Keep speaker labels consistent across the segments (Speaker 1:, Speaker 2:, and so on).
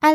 Speaker 1: 艾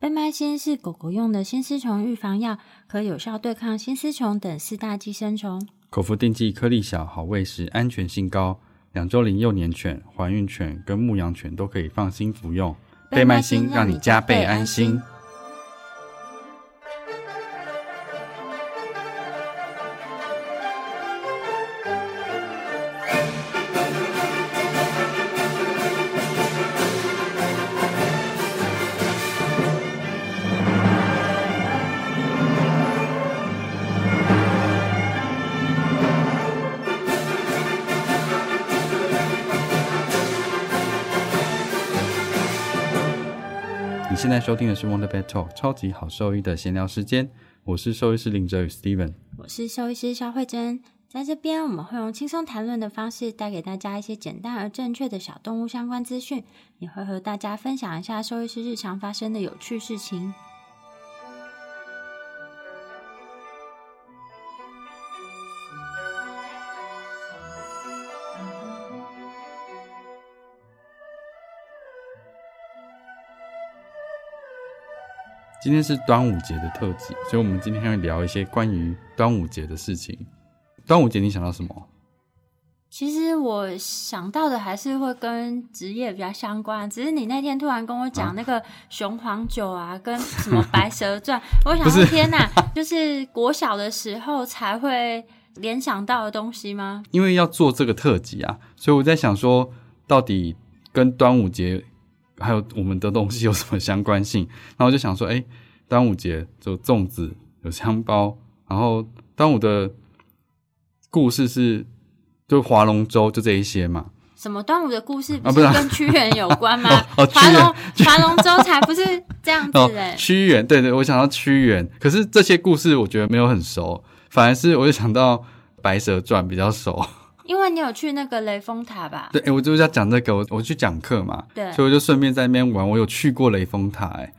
Speaker 1: 贝麦新是狗狗用的新丝虫预防药，可有效对抗新丝虫等四大寄生虫。
Speaker 2: 口服定剂颗粒小，好喂食，安全性高。两周龄幼年犬、怀孕犬跟牧羊犬都可以放心服用。贝麦星让你加倍安心。你现在收听的是 Wonder Pet Talk 超级好兽医的闲聊时间，我是兽医师林哲宇 Steven。
Speaker 1: 我是兽医师肖慧珍，在这边我们会用轻松谈论的方式带给大家一些简单而正确的小动物相关资讯，也会和大家分享一下兽医师日常发生的有趣事情。
Speaker 2: 今天是端午节的特辑，所以我们今天会聊一些关于端午节的事情。端午节你想到什么？
Speaker 1: 其实我想到的还是会跟职业比较相关，只是你那天突然跟我
Speaker 2: 啊
Speaker 1: 讲那个雄黄酒啊，跟什么《白蛇 传》，我想
Speaker 2: 不
Speaker 1: 说
Speaker 2: 是
Speaker 1: 天哪，就是国小的时候才会联想到的东西吗？
Speaker 2: 因为要做这个特辑啊，所以我在想说，到底跟端午节还有我们的东西有什么相关性？然后我就想说，哎、端午节就粽子有香包，然后端午的故事是就划龙舟，就这一些嘛。
Speaker 1: 什么端午的故事
Speaker 2: 啊
Speaker 1: 不是
Speaker 2: 不是啊？
Speaker 1: 跟屈原有关吗
Speaker 2: 哦
Speaker 1: 划
Speaker 2: 哦屈原
Speaker 1: 龙划龙舟才不是这样子
Speaker 2: 哦
Speaker 1: 哎、，
Speaker 2: 屈原，对对，我想到屈原，可是这些故事我觉得没有很熟，反而是我就想到《白蛇传》比较熟。
Speaker 1: 因为你有去那个雷峰塔吧？
Speaker 2: 对，诶我就是要讲这个，我我去讲课嘛，
Speaker 1: 对
Speaker 2: 所以我就顺便在那边玩。我有去过雷峰塔、诶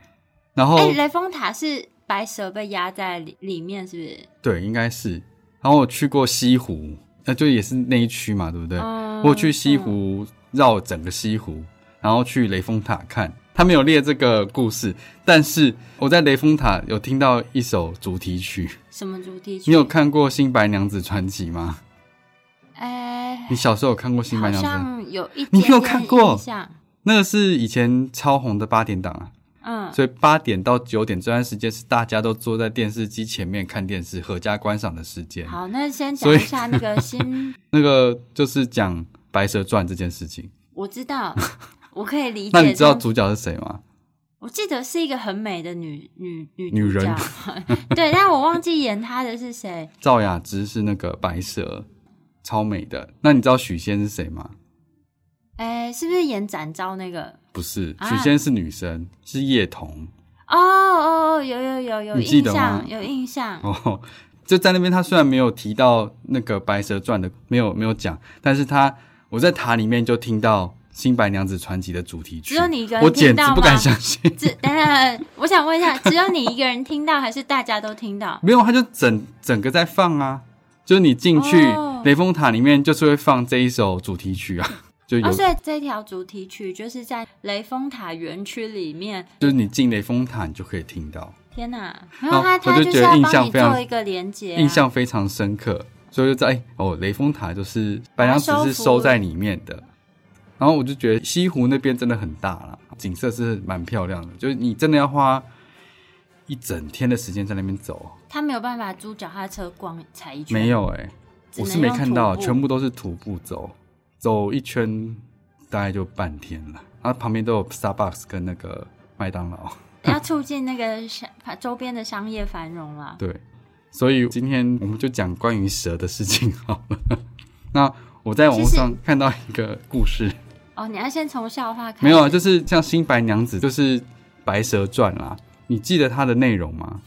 Speaker 2: 然后、
Speaker 1: 哎、雷峰塔是白蛇被压在里里面，是不是？
Speaker 2: 对，应该是，然后我去过西湖，那、就也是那一区嘛，对不对？
Speaker 1: 嗯
Speaker 2: 我去西湖绕整个西湖，然后去雷峰塔看。他没有列这个故事，但是我在雷峰塔有听到一首主题曲。
Speaker 1: 什么主题曲？
Speaker 2: 你有看过《新白娘子传奇》吗？
Speaker 1: 哎、
Speaker 2: 你小时候有看过《新白
Speaker 1: 好
Speaker 2: 娘子》传奇？
Speaker 1: 像有一
Speaker 2: 你
Speaker 1: 点
Speaker 2: 没有
Speaker 1: 点
Speaker 2: 看过
Speaker 1: 印象
Speaker 2: 那个是以前超红的八点档啊，
Speaker 1: 嗯，
Speaker 2: 所以八点到九点这段时间是大家都坐在电视机前面看电视、合家观赏的时间。
Speaker 1: 好，那先讲
Speaker 2: 所以
Speaker 1: 一下那个 新，
Speaker 2: 那个就是讲《白蛇传》这件事情。
Speaker 1: 我知道，我可以理解。
Speaker 2: 那你知道主角是谁吗？
Speaker 1: 我记得是一个很美的女女女
Speaker 2: 女
Speaker 1: 主角 对，但我忘记演她的是谁。
Speaker 2: 赵雅芝是那个白蛇，超美的。那你知道许仙是谁吗？
Speaker 1: 哎、是不是演展昭那个？
Speaker 2: 不是，
Speaker 1: 啊
Speaker 2: 许仙是女生，是叶童。
Speaker 1: 哦哦哦，有有有有
Speaker 2: 你记
Speaker 1: 印
Speaker 2: 得吗
Speaker 1: 象，有印象。
Speaker 2: 哦，就在那边，他虽然没有提到那个《白蛇传》的，没有没有讲，但是他我在塔里面就听到《新白娘子传奇》的主题曲，
Speaker 1: 只有你一个
Speaker 2: 我
Speaker 1: 人
Speaker 2: 简
Speaker 1: 听
Speaker 2: 直
Speaker 1: 到吗？
Speaker 2: 不敢相信。
Speaker 1: 只 等等，我想问一下，只有你一个人听到，还是大家都听到？
Speaker 2: 没有，他就整整个在放啊，就是你进去、
Speaker 1: 哦
Speaker 2: 雷峰塔里面，就是会放这一首主题曲啊，就 有、
Speaker 1: 哦，所以这条主题曲就是在雷峰塔园区里面。
Speaker 2: 就是你进雷峰塔，你就可以听到，
Speaker 1: 天哪！然后他、
Speaker 2: 我就
Speaker 1: 他就是
Speaker 2: 觉得
Speaker 1: 要
Speaker 2: 印
Speaker 1: 帮
Speaker 2: 象
Speaker 1: 你
Speaker 2: 非常
Speaker 1: 做一个连接、啊，
Speaker 2: 印象非常深刻。所以我就在哎哦，雷峰塔就是白娘子
Speaker 1: 它收
Speaker 2: 是
Speaker 1: 服
Speaker 2: 收在里面的，然后我就觉得西湖那边真的很大啦，景色是蛮漂亮的，就是你真的要花一整天的时间在那边走，
Speaker 1: 他没有办法租脚踏车逛踩一圈，
Speaker 2: 没有哎、
Speaker 1: 只
Speaker 2: 我
Speaker 1: 能
Speaker 2: 是没看
Speaker 1: 用
Speaker 2: 到，
Speaker 1: 徒步
Speaker 2: 全部都是徒步走，走一圈大概就半天了。然后旁边都有 Starbucks 跟那个麦当劳，
Speaker 1: 要促进那个商周边的商业繁荣啦。
Speaker 2: 对。所以今天我们就讲关于蛇的事情好了。 那我在网络上看到一个故事，
Speaker 1: 哦，你要先从笑话开始。
Speaker 2: 没有，啊，就是像《新白娘子》就是《白蛇传》啦。你记得它的内容吗？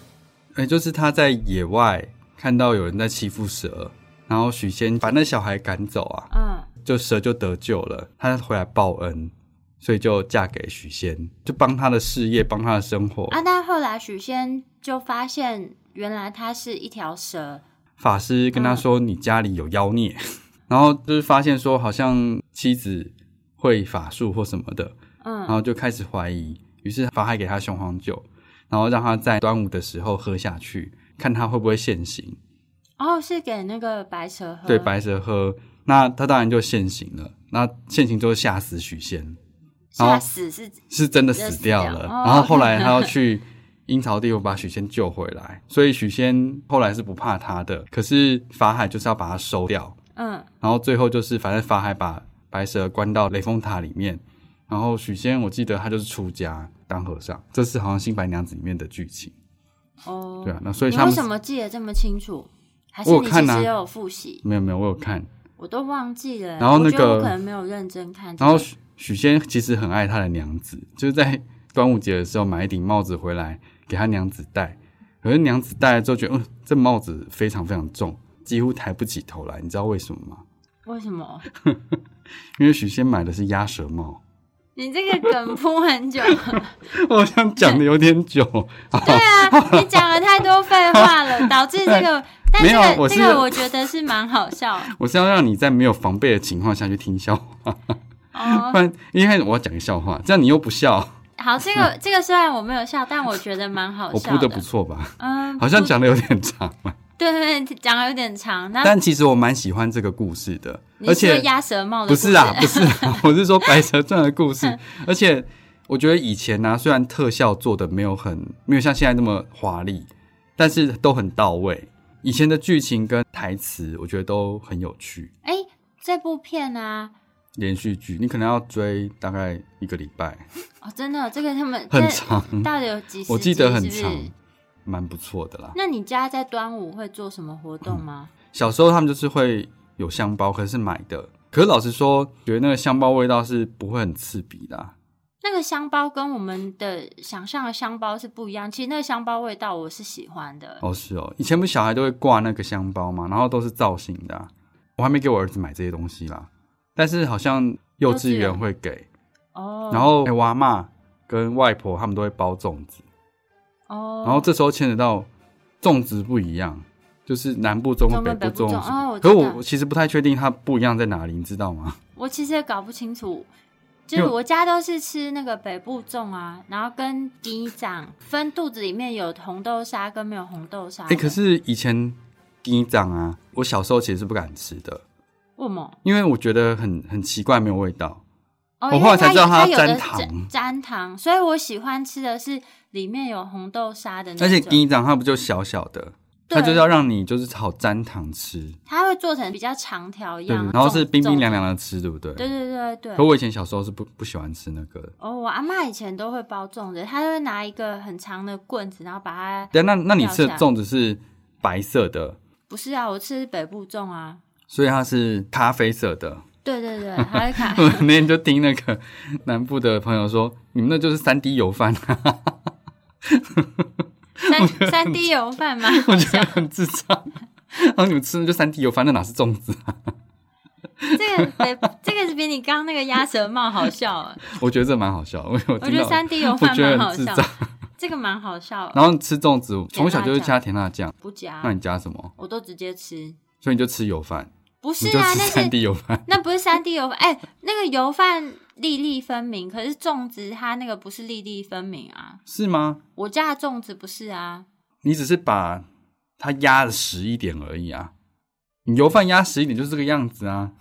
Speaker 2: 哎、就是她在野外，看到有人在欺负蛇，然后许仙把那小孩赶走啊，
Speaker 1: 嗯，
Speaker 2: 就蛇就得救了，她回来报恩，所以就嫁给许仙，就帮他的事业，帮他的生活。
Speaker 1: 啊，但后来许仙就发现，原来他是一条蛇，
Speaker 2: 法师
Speaker 1: 嗯
Speaker 2: 跟他说：“你家里有妖孽。” 然后就是发现说，好像妻子会法术或什么的，然
Speaker 1: 嗯，
Speaker 2: 后就开始怀疑，于是法海给他雄黄酒，然后让他在端午的时候喝下去，看他会不会现形。
Speaker 1: 哦，是给那个白蛇喝，
Speaker 2: 对，白蛇喝，那他当然就现形了。那现形之后吓死许仙，然
Speaker 1: 吓
Speaker 2: 后
Speaker 1: 死是
Speaker 2: 是真的死掉
Speaker 1: 真的
Speaker 2: 了。
Speaker 1: 死掉哦
Speaker 2: 然后后来他 要去阴曹地府把许仙救回来，所以许仙后来是不怕他的，可是法海就是要把他收掉。
Speaker 1: 嗯，
Speaker 2: 然后最后就是，反正法海把白蛇关到雷峰塔里面，然后许仙我记得他就是出家当和尚，这是好像《新白娘子》里面的剧情，
Speaker 1: 哦，
Speaker 2: 对啊，那所以
Speaker 1: 你
Speaker 2: 他
Speaker 1: 为
Speaker 2: 们
Speaker 1: 什么记得这么清楚？还是
Speaker 2: 我有
Speaker 1: 你其
Speaker 2: 看啊
Speaker 1: 实有复习？
Speaker 2: 没有没有我有看，
Speaker 1: 我都忘记了欸。
Speaker 2: 然后那
Speaker 1: 我觉得我
Speaker 2: 个
Speaker 1: 可能没有认真看这个。
Speaker 2: 然后许许仙其实很爱他的娘子，就是在端午节的时候买一顶帽子回来给他娘子戴，可是娘子戴了之后觉得，嗯，这帽子非常非常重，几乎抬不起头来，你知道为什么吗？
Speaker 1: 为什么？
Speaker 2: 因为许仙买的是鸭舌帽，
Speaker 1: 你这个梗铺很 久，
Speaker 2: 我想讲的有点久。
Speaker 1: 对啊，你讲了太多废话了，导致这个。但
Speaker 2: 没
Speaker 1: 这
Speaker 2: 有
Speaker 1: 个
Speaker 2: 我
Speaker 1: 这
Speaker 2: 是
Speaker 1: 个我觉得是蛮好笑的
Speaker 2: 我是要让你在没有防备的情况下去听笑话，
Speaker 1: 哦
Speaker 2: 不。然因为我要讲个笑话，这样你又不笑，
Speaker 1: 好，这个这个虽然我没有笑，但我觉得蛮好
Speaker 2: 我
Speaker 1: 笑
Speaker 2: 铺的不错吧？
Speaker 1: 嗯，
Speaker 2: 好像
Speaker 1: 不
Speaker 2: 讲的有 点长嘛，
Speaker 1: 对对对，讲的有点长。那
Speaker 2: 但其实我蛮喜欢这个故事的，
Speaker 1: 啊你
Speaker 2: 而
Speaker 1: 是说
Speaker 2: 且
Speaker 1: 鸭舌帽的故
Speaker 2: 不
Speaker 1: 事
Speaker 2: 是啊，不是啊， 我是说《白蛇传》的 故事，而且我觉得以前呢、啊，虽然特效做的没有很没有像现在那么华丽，但是都很到位。以前的剧情跟台词，我觉得都很有趣。
Speaker 1: 哎，这部片啊，
Speaker 2: 连续剧你可能要追大概一个礼拜，
Speaker 1: 哦，真的，这个他们
Speaker 2: 很
Speaker 1: 这
Speaker 2: 长。嗯
Speaker 1: 到底有几十集？
Speaker 2: 我记得很
Speaker 1: 是不是
Speaker 2: 长，蛮不错的啦。
Speaker 1: 那你家在端午会做什么活动吗？
Speaker 2: 小时候他们就是会有香包，可是买的。可是老实说，觉得那个香包味道是不会很刺鼻的啊、
Speaker 1: 那个香包跟我们的想象的香包是不一样，其实那个香包味道我是喜欢的。
Speaker 2: 哦，是哦，以前不是小孩都会挂那个香包嘛，然后都是造型的啊、我还没给我儿子买这些东西啦，但是好像幼稚
Speaker 1: 幼稚
Speaker 2: 园
Speaker 1: 园
Speaker 2: 会给，
Speaker 1: 哦，
Speaker 2: 然后、哎我阿妈跟外婆他们都会包粽子，
Speaker 1: 哦，
Speaker 2: 然后这时候牵扯到粽子不一样，就是南部粽
Speaker 1: 中
Speaker 2: 跟
Speaker 1: 跟北
Speaker 2: 北部
Speaker 1: 部
Speaker 2: 粽
Speaker 1: 粽
Speaker 2: 子。
Speaker 1: 哦我
Speaker 2: 可
Speaker 1: 知道
Speaker 2: 我其实不太确定它不一样在哪里，你知道吗？
Speaker 1: 我其实也搞不清楚，就
Speaker 2: 因
Speaker 1: 是
Speaker 2: 为
Speaker 1: 我家都是吃那个北部粽啊，然后跟鸡掌分肚子里面有红豆沙跟没有红豆沙的。
Speaker 2: 哎、可是以前第一掌啊，我小时候其实是不敢吃的，
Speaker 1: 为什么？
Speaker 2: 因为我觉得很很奇怪，没有味道。
Speaker 1: 哦，
Speaker 2: 我
Speaker 1: 因为
Speaker 2: 后来才
Speaker 1: 它
Speaker 2: 知道
Speaker 1: 有它
Speaker 2: 它
Speaker 1: 有
Speaker 2: 沾
Speaker 1: 的
Speaker 2: 糖
Speaker 1: 沾沾糖，所以我喜欢吃的是里面有红豆沙的那种。
Speaker 2: 而且第一掌它不就小小的，它
Speaker 1: 对
Speaker 2: 就是要让你就是好沾糖吃，
Speaker 1: 它会做成比较长条一
Speaker 2: 对
Speaker 1: 样
Speaker 2: 对，，
Speaker 1: 粽
Speaker 2: 然后是冰冰凉。凉的吃，对不对？
Speaker 1: 粽对对对
Speaker 2: 可
Speaker 1: 对。
Speaker 2: 我以前小时候是不不喜欢吃那个的。
Speaker 1: 哦，我阿妈以前都会包粽子，她都会拿一个很长的棍子，然后把它
Speaker 2: 对，那那你
Speaker 1: 掉
Speaker 2: 吃的
Speaker 1: 下
Speaker 2: 粽子是白色的，
Speaker 1: 不是啊，我吃北部粽啊，
Speaker 2: 所以它是咖啡色的。
Speaker 1: 对对对，还会卡
Speaker 2: 我那天就听那个 南部的朋友说，你们那就是三 D 油饭，啊
Speaker 1: 三三 D 油饭 吗？
Speaker 2: 我觉得很智障。 然后你们吃的就三 D 油饭，那哪是粽子？
Speaker 1: 这个北这个是比你刚刚那个鸭舌帽好笑啊！
Speaker 2: 我觉得这蛮好笑的，我有
Speaker 1: 我
Speaker 2: 听
Speaker 1: 觉得
Speaker 2: 到。
Speaker 1: 三 D 油
Speaker 2: 我
Speaker 1: 饭
Speaker 2: 觉得
Speaker 1: 蛮好
Speaker 2: 很智
Speaker 1: 笑
Speaker 2: 障，
Speaker 1: 这个蛮好笑，
Speaker 2: 然后吃粽子，从小就是加甜辣酱。
Speaker 1: 不夹
Speaker 2: 那，你加什么？
Speaker 1: 我都直接吃。
Speaker 2: 所以你就吃油饭，
Speaker 1: 不是
Speaker 2: 你就
Speaker 1: 啊，
Speaker 2: 吃
Speaker 1: 那
Speaker 2: 三
Speaker 1: 是
Speaker 2: D 油饭。
Speaker 1: 那不是三 D 油饭，哎、那个油饭粒粒分明，可是粽子它那个不是粒粒分明啊。
Speaker 2: 是吗？
Speaker 1: 我家的粽子不是啊，
Speaker 2: 你只是把它压的实一点而已啊。你油饭压实一点就是这个样子啊，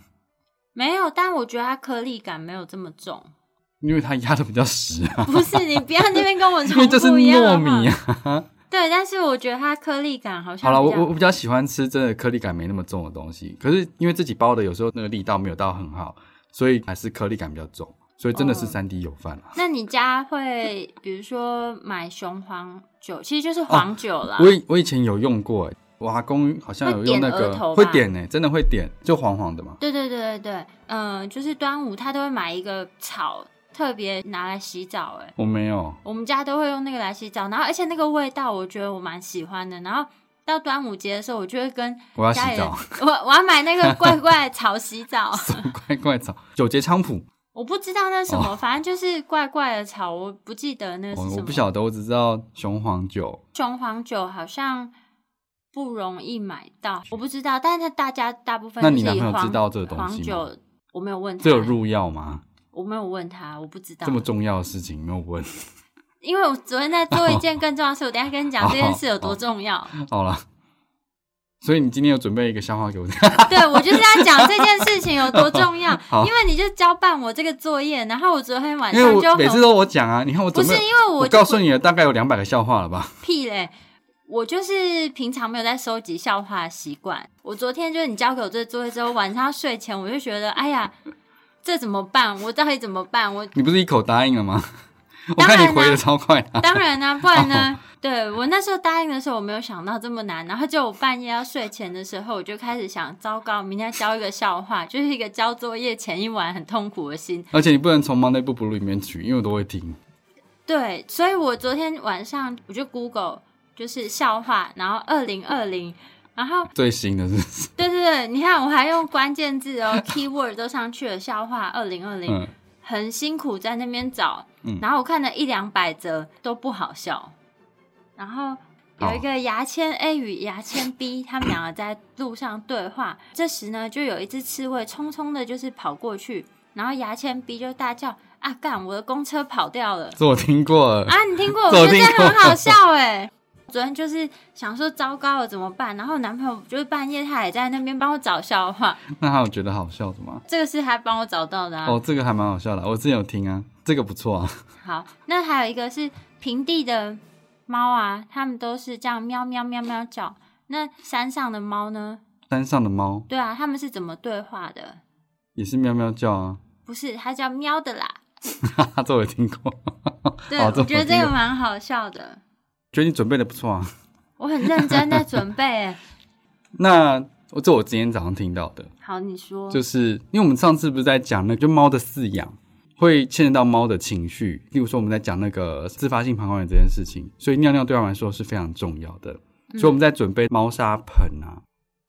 Speaker 1: 没有，但我觉得它颗粒感没有这么 重。
Speaker 2: 因为它压的比较实 啊，
Speaker 1: 不是你不要那边跟我
Speaker 2: 因为
Speaker 1: 重
Speaker 2: 这是
Speaker 1: 复一样
Speaker 2: 糯
Speaker 1: 好不好
Speaker 2: 米啊。
Speaker 1: 对，但是我觉得它颗粒感好像
Speaker 2: 好
Speaker 1: 比
Speaker 2: 了，我
Speaker 1: 较
Speaker 2: 我我比较喜欢吃真的颗粒感没那么重的东西，可是因为自己包的有时候那个力道没有到很好，所以还是颗粒感比较重，所以真的是
Speaker 1: 哦
Speaker 2: 三 D 油饭啊。
Speaker 1: 那你家会比如说买雄黄酒，其实就是黄酒啦。
Speaker 2: 哦我以我以前有用过、欸，我阿公好像有用
Speaker 1: 会
Speaker 2: 那
Speaker 1: 点额
Speaker 2: 个
Speaker 1: 头吧
Speaker 2: 点呢、真的会点，就黄黄的嘛。
Speaker 1: 对对对对对，嗯、就是端午他都会买一个草，特别拿来洗澡、欸。哎，
Speaker 2: 我没有，
Speaker 1: 我们家都会用那个来洗澡，然后而且那个味道我觉得我蛮喜欢的，然后。到端午节的时候，我就会跟
Speaker 2: 我要洗
Speaker 1: 家人，
Speaker 2: 澡，，
Speaker 1: 我我要买那个怪怪草洗澡
Speaker 2: 什么怪怪草，九节菖蒲，
Speaker 1: 我不知道那是什么，反正就是怪怪的草，我不记得那是什
Speaker 2: 哦我
Speaker 1: 么。
Speaker 2: 我不晓得，我只知道雄黄酒，
Speaker 1: 雄黄酒好像不容易买到，我不知道，但是大家大部分
Speaker 2: 那
Speaker 1: 就
Speaker 2: 你
Speaker 1: 是
Speaker 2: 男
Speaker 1: 以
Speaker 2: 朋友
Speaker 1: 黄
Speaker 2: 知道这个东
Speaker 1: 黄
Speaker 2: 西吗
Speaker 1: 酒，我没有问他，
Speaker 2: 这有入药吗？
Speaker 1: 我没有问他，我不知道
Speaker 2: 这么重要的事情没有问。
Speaker 1: 因为我昨天在做一件更重要的事，我等一下跟你
Speaker 2: 哦
Speaker 1: 讲这件事有多重要。
Speaker 2: 好了，所以你今天有准备一个笑话给我听？
Speaker 1: 对我就是要讲这件事情有多重要，
Speaker 2: 好
Speaker 1: 因为你就交办我这个作业，然后我昨天晚
Speaker 2: 因为
Speaker 1: 上就
Speaker 2: 我每次
Speaker 1: 很
Speaker 2: 都我讲啊，你看我
Speaker 1: 不
Speaker 2: 准
Speaker 1: 是
Speaker 2: 备，
Speaker 1: 因为
Speaker 2: 我
Speaker 1: 我就
Speaker 2: 告诉你了，大概有两百个笑话了吧？
Speaker 1: 屁嘞。我就是平常没有在收集笑话的习惯。我昨天就是你交给我这个作业之后，晚上睡前我就觉得，哎呀，这怎么办？我到底怎么办？我
Speaker 2: 你不是一口答应了吗？我
Speaker 1: 当然啊
Speaker 2: 看
Speaker 1: 啦
Speaker 2: 你回的超快的、啊
Speaker 1: 当然啊啦、不然呢？对我那时候答应的时候，我没有想到这么难，然后就我半夜要睡前的时候，我就开始想，糟糕，明天交一个笑话，就是一个交作业前一晚很痛苦的心。
Speaker 2: 而且你不能从 Monday Blue Blue 里面取，因为我都会听。
Speaker 1: 对，所以我昨天晚上我就 Google 就是笑话，然后二零二零，然后
Speaker 2: 最新的是不是，
Speaker 1: 对对对，你看我还用关键字 哦，keyword 都上去了，笑话二零二零，
Speaker 2: 嗯，
Speaker 1: 很辛苦在那边找，
Speaker 2: 嗯
Speaker 1: 然后我看了一两百则都不好笑，然后。有一个牙签 A 与牙签 B，他们两个在路上对话。这时呢，就有一只刺猬匆匆的，就是跑过去，然后牙签 B 就大叫：“啊，干！我的公车跑掉了！”
Speaker 2: 这我听过了。
Speaker 1: 啊，你听过？我
Speaker 2: 这
Speaker 1: 觉
Speaker 2: 我
Speaker 1: 得这
Speaker 2: 听过
Speaker 1: 很好笑哎、昨天就是想说糟糕了怎么办，然后男朋友就是半夜他也在那边帮我找笑话，
Speaker 2: 那还有觉得好笑的吗？
Speaker 1: 这个是他帮我找到的、啊。
Speaker 2: 哦，这个还蛮好笑的，我之前有听啊，这个不错啊。
Speaker 1: 好，那还有一个是平地的猫啊，它们都是这样喵喵喵喵叫。那山上的猫呢？
Speaker 2: 山上的猫
Speaker 1: 对啊，它们是怎么对话的？
Speaker 2: 也是喵喵叫啊，
Speaker 1: 不是，它叫喵的啦。
Speaker 2: 哈哈，这我也听过。
Speaker 1: 对，
Speaker 2: 哦
Speaker 1: 我
Speaker 2: 这我
Speaker 1: 觉得
Speaker 2: 听
Speaker 1: 这个
Speaker 2: 过
Speaker 1: 蛮好笑的。
Speaker 2: 觉得你准备的不错啊。
Speaker 1: 我很认真在准备、欸。
Speaker 2: 那我这我今天早上听到的，
Speaker 1: 好，你说。
Speaker 2: 就是因为我们上次不是在讲那个就猫的饲养会牵扯到猫的情绪，例如说我们在讲那个自发性膀胱炎这件事情，所以尿尿对它们来说是非常重要的。所以我们在准备猫砂盆啊，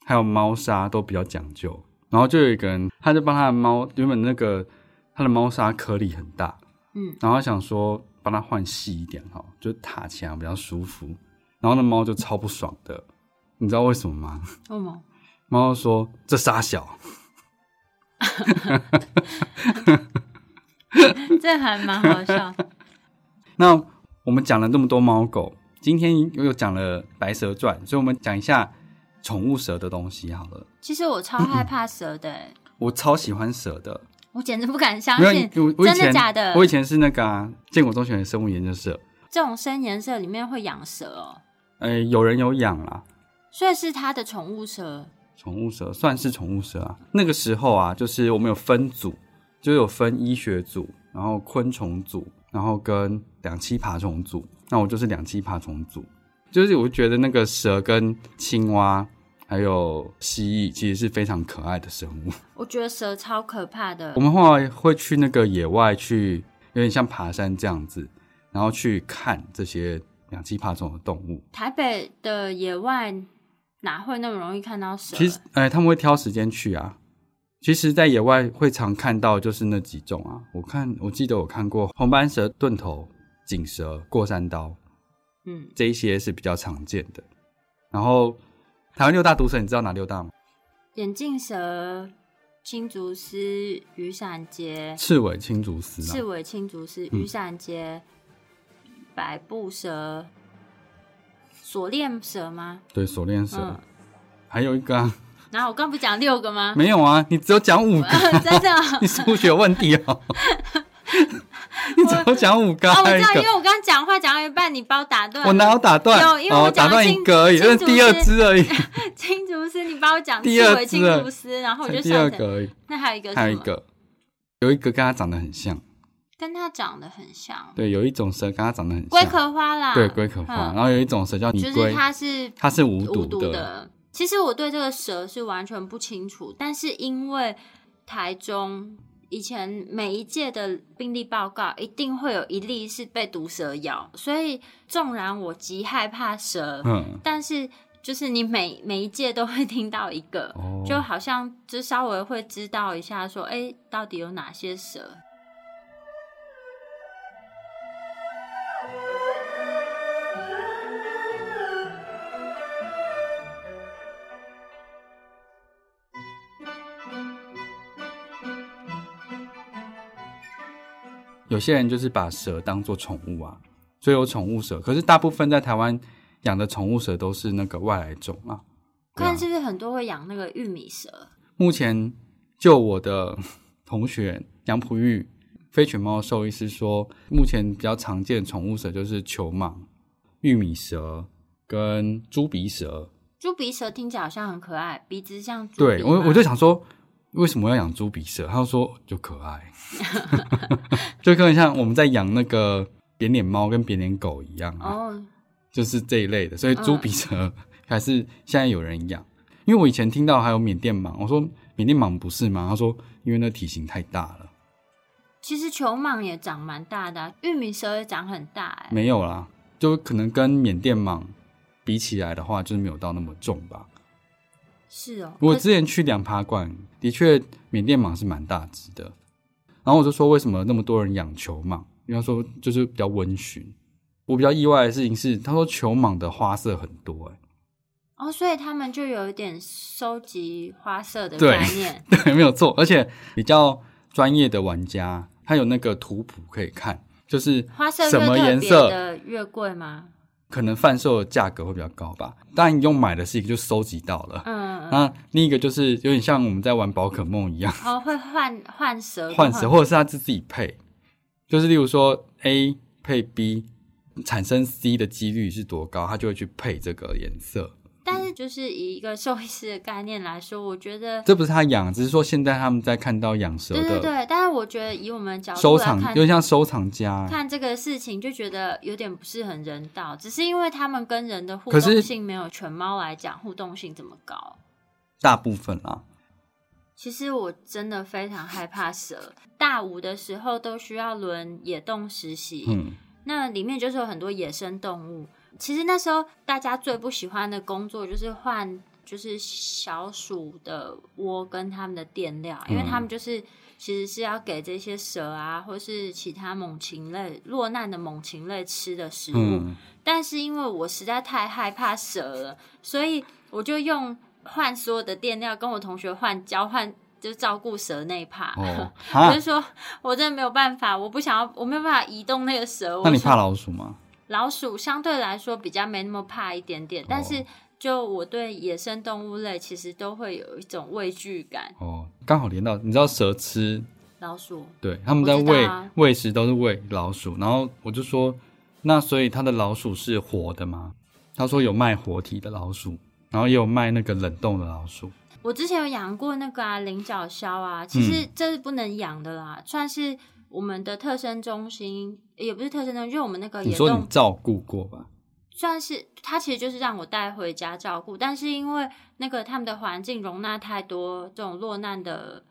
Speaker 2: 还有猫砂都比较讲究。然后就有一个人，他就帮他的猫原本那个他的猫砂颗粒很大，
Speaker 1: 嗯，
Speaker 2: 然后他想说帮它换细一点哈，就塔起来比较舒服。然后那猫就超不爽的，你知道为什么吗？
Speaker 1: 为什么？
Speaker 2: 猫说：“这沙小，
Speaker 1: 这还蛮好笑。
Speaker 2: 那我们讲了这么多猫狗，今天又讲了《白蛇传》，所以我们讲一下宠物蛇的东西好了。
Speaker 1: 其实我
Speaker 2: 嗯
Speaker 1: 超害怕蛇的、欸，
Speaker 2: 我超喜欢蛇的，
Speaker 1: 我简直不敢相
Speaker 2: 没有
Speaker 1: 信，
Speaker 2: 我我
Speaker 1: 真
Speaker 2: 以
Speaker 1: 的
Speaker 2: 前
Speaker 1: 假的
Speaker 2: 我以前是那个、啊、建国中学的生物研究社，
Speaker 1: 这种深颜色里面会养蛇哦，
Speaker 2: 呃，有人有养啦，
Speaker 1: 所以是它的宠物蛇。
Speaker 2: 宠物蛇算是宠物蛇啊。那个时候啊，就是我们有分组，就有分医学组，然后昆虫组，然后跟两栖爬虫组。那我就是两栖爬虫组，就是我觉得那个蛇跟青蛙还有蜥蜴其实是非常可爱的生物。
Speaker 1: 我觉得蛇超可怕的
Speaker 2: 我，们后来会去那个野外去，有点像爬山这样子，然后去看这些两栖爬虫的动物。
Speaker 1: 台北的野外哪会那么容易看到蛇？
Speaker 2: 其实，哎、他们会挑时间去啊。其实，在野外会常看到就是那几种啊。我看，我记得我看过红斑蛇、钝头、锦蛇、过山刀
Speaker 1: 嗯，
Speaker 2: 这一些是比较常见的。然后，台湾六大毒蛇，你知道哪六大吗？
Speaker 1: 眼镜蛇、青竹丝、雨伞节、
Speaker 2: 赤尾青竹丝
Speaker 1: 刺
Speaker 2: 啊，
Speaker 1: 尾青竹丝、雨伞节、百步蛇、锁链蛇吗？
Speaker 2: 对，锁链蛇，
Speaker 1: 嗯，
Speaker 2: 还有一个啊，
Speaker 1: 然后我刚不讲六个 吗？
Speaker 2: 没有啊，你只有讲 五个，
Speaker 1: 真的哦、
Speaker 2: 你数学有问题 哦。你只有讲五个，
Speaker 1: 哦，我
Speaker 2: 还有
Speaker 1: 知
Speaker 2: 一
Speaker 1: 道，因
Speaker 2: 个，
Speaker 1: 为我刚刚讲话讲到一半，你把我打断。
Speaker 2: 我哪有打断？
Speaker 1: 有因为我
Speaker 2: 哦，打
Speaker 1: 讲到
Speaker 2: 断一
Speaker 1: 青
Speaker 2: 个而已，
Speaker 1: 青
Speaker 2: 那
Speaker 1: 竹
Speaker 2: 第二
Speaker 1: 丝
Speaker 2: 只而已。
Speaker 1: 青竹丝，你把我讲
Speaker 2: 第二
Speaker 1: 刺猬青
Speaker 2: 只
Speaker 1: 竹丝，然后 我
Speaker 2: 才
Speaker 1: 就
Speaker 2: 第二
Speaker 1: 想
Speaker 2: 个
Speaker 1: 着，
Speaker 2: 而已，
Speaker 1: 那还有一个是什么，
Speaker 2: 还有一个，有一个跟它长得很像，
Speaker 1: 跟它长得很像，
Speaker 2: 对，有一种蛇跟它长得很像，
Speaker 1: 龟壳花啦，
Speaker 2: 对龟壳花，
Speaker 1: 嗯
Speaker 2: 然后有一种蛇叫拟
Speaker 1: 就是
Speaker 2: 龟，
Speaker 1: 它是
Speaker 2: 它是无
Speaker 1: 无毒
Speaker 2: 的，
Speaker 1: 的。其实我对这个蛇是完全不清楚，但是因为台中以前每一届的病例报告一定会有一例是被毒蛇咬，所以纵然我极害怕蛇，
Speaker 2: 嗯，
Speaker 1: 但是就是你每每一届都会听到一个，
Speaker 2: 哦，
Speaker 1: 就好像就稍微会知道一下说，哎，到底有哪些蛇？
Speaker 2: 有些人就是把蛇当做宠物啊，所以有宠物蛇。可是大部分在台湾养的宠物蛇都是那个外来种啊。对啊
Speaker 1: 看是不是很多会养那个玉米蛇？
Speaker 2: 目前就我的同学杨璞玉非犬猫兽医师说，目前比较常见的宠物蛇就是球蟒、玉米蛇跟猪鼻蛇。
Speaker 1: 猪鼻蛇听起来好像很可爱，鼻子像猪鼻
Speaker 2: 对我
Speaker 1: 嘛
Speaker 2: 我就想说，为什么要养猪鼻蛇？他就说就可 爱， 就可能像我们在养那个扁脸猫跟扁脸狗一样啊。
Speaker 1: 哦，嗯
Speaker 2: 就是这一类的，所以猪鼻蛇还是现在有人养。因为我以前听到还有缅甸蟒，我说缅甸蟒不是吗？他说因为那体型太大了，
Speaker 1: 其实球蟒也长蛮大的啊、玉米蛇也长很大哎、
Speaker 2: 没有啦，就可能跟缅甸蟒比起来的话，就是没有到那么重吧。
Speaker 1: 是哦，
Speaker 2: 我
Speaker 1: 可是
Speaker 2: 之前去两爬馆，的确缅甸蟒是蛮大只的，然后我就说为什么那么多人养球蟒？因为他说就是比较温驯。我比较意外的事情是，他说球蟒的花色很多、欸，
Speaker 1: 哦，所以他们就有一点收集花色的
Speaker 2: 对
Speaker 1: 概 念，
Speaker 2: 对，没有错，而且比较专业的玩家，他有那个图谱可以看，就是
Speaker 1: 花色
Speaker 2: 什
Speaker 1: 越
Speaker 2: 么
Speaker 1: 特
Speaker 2: 颜
Speaker 1: 别
Speaker 2: 色
Speaker 1: 的越贵吗？
Speaker 2: 可能贩售的价格会比较高吧。当然，你用买的是一个就收集到了，
Speaker 1: 嗯，
Speaker 2: 那另一个就是有点像我们在玩宝可梦一样，
Speaker 1: 哦，会换换蛇，
Speaker 2: 换蛇，
Speaker 1: 换
Speaker 2: 或者是他自自己配，就是例如说 A 配 B。产生 C 的几率是多高，他就会去配这个颜色。
Speaker 1: 但是就是以一个兽医师的概念来说，我觉得。
Speaker 2: 这不是他养，只是说现在他们在看到养蛇
Speaker 1: 对对
Speaker 2: 的
Speaker 1: 对，但是我觉得以我们角度
Speaker 2: 收
Speaker 1: 来
Speaker 2: 藏，
Speaker 1: 看
Speaker 2: 有，点像收藏家。
Speaker 1: 看这个事情就觉得有点不是很人道，只是因为他们跟人的互
Speaker 2: 可是
Speaker 1: 动性没有犬猫来讲互动性这么高。
Speaker 2: 大部分 啦，
Speaker 1: 其实我真的非常害怕蛇，大五的时候都需要轮野动实习，
Speaker 2: 嗯，
Speaker 1: 那里面就是有很多野生动物。其实那时候大家最不喜欢的工作就是换，就是小鼠的窝跟它们的垫料，因为它们就是其实是要给这些蛇啊，或是其他猛禽类落难的猛禽类吃的食物。
Speaker 2: 嗯，
Speaker 1: 但是因为我实在太害怕蛇了，所以我就用换所有的垫料跟我同学换交换，就照顾蛇那一趴。
Speaker 2: 哦，
Speaker 1: 我
Speaker 2: 哈
Speaker 1: 就，说，我真的没有办法，我不想要，我没有办法移动那个蛇。
Speaker 2: 那
Speaker 1: 我
Speaker 2: 你
Speaker 1: 是
Speaker 2: 怕老鼠吗？
Speaker 1: 老鼠相对来说比较没那么怕一点
Speaker 2: 哦
Speaker 1: 点，但是就我对野生动物类其实都会有一种畏惧感。
Speaker 2: 哦，刚好连到，你知道蛇吃，
Speaker 1: 老鼠
Speaker 2: 对，他们在
Speaker 1: 我知道
Speaker 2: 喂、
Speaker 1: 啊
Speaker 2: 喂食都是喂老鼠，然后我就说，那所以他的老鼠是活的吗？他说有卖活体的老鼠，然后也有卖那个冷冻的老鼠，
Speaker 1: 我之前有养过那个啊，菱角鸮啊，其实
Speaker 2: 嗯
Speaker 1: 这是不能养的啦，算是我们的特生中心，也不是特生中心，就是我们那个
Speaker 2: 你
Speaker 1: 野
Speaker 2: 说你
Speaker 1: 动，
Speaker 2: 照顾过吧？
Speaker 1: 算是它其实就是让我带回家照顾，但是因为那个他们的环境容纳太多这种落难的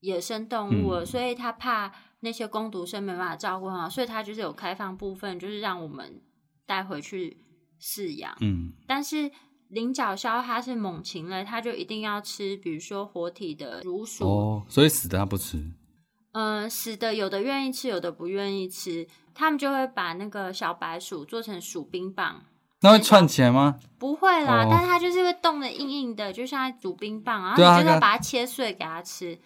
Speaker 1: 野生动物了，
Speaker 2: 嗯
Speaker 1: 所以他怕那些工读生没办法照顾好，所以他就是有开放部分，就是让我们带回去饲养。
Speaker 2: 嗯，
Speaker 1: 但是菱角鸮它是猛禽类，它就一定要吃，比如说活体的乳鼠，
Speaker 2: 哦，所以死的他不吃，
Speaker 1: 嗯、死的有的愿意吃，有的不愿意吃，他们就会把那个小白鼠做成鼠冰棒。
Speaker 2: 那会串起来吗？
Speaker 1: 不会啦，
Speaker 2: 哦
Speaker 1: 但是它就是会冻得硬硬的，就像在煮冰棒，然后
Speaker 2: 对啊
Speaker 1: 你就是
Speaker 2: 它
Speaker 1: 要把它切碎给它吃，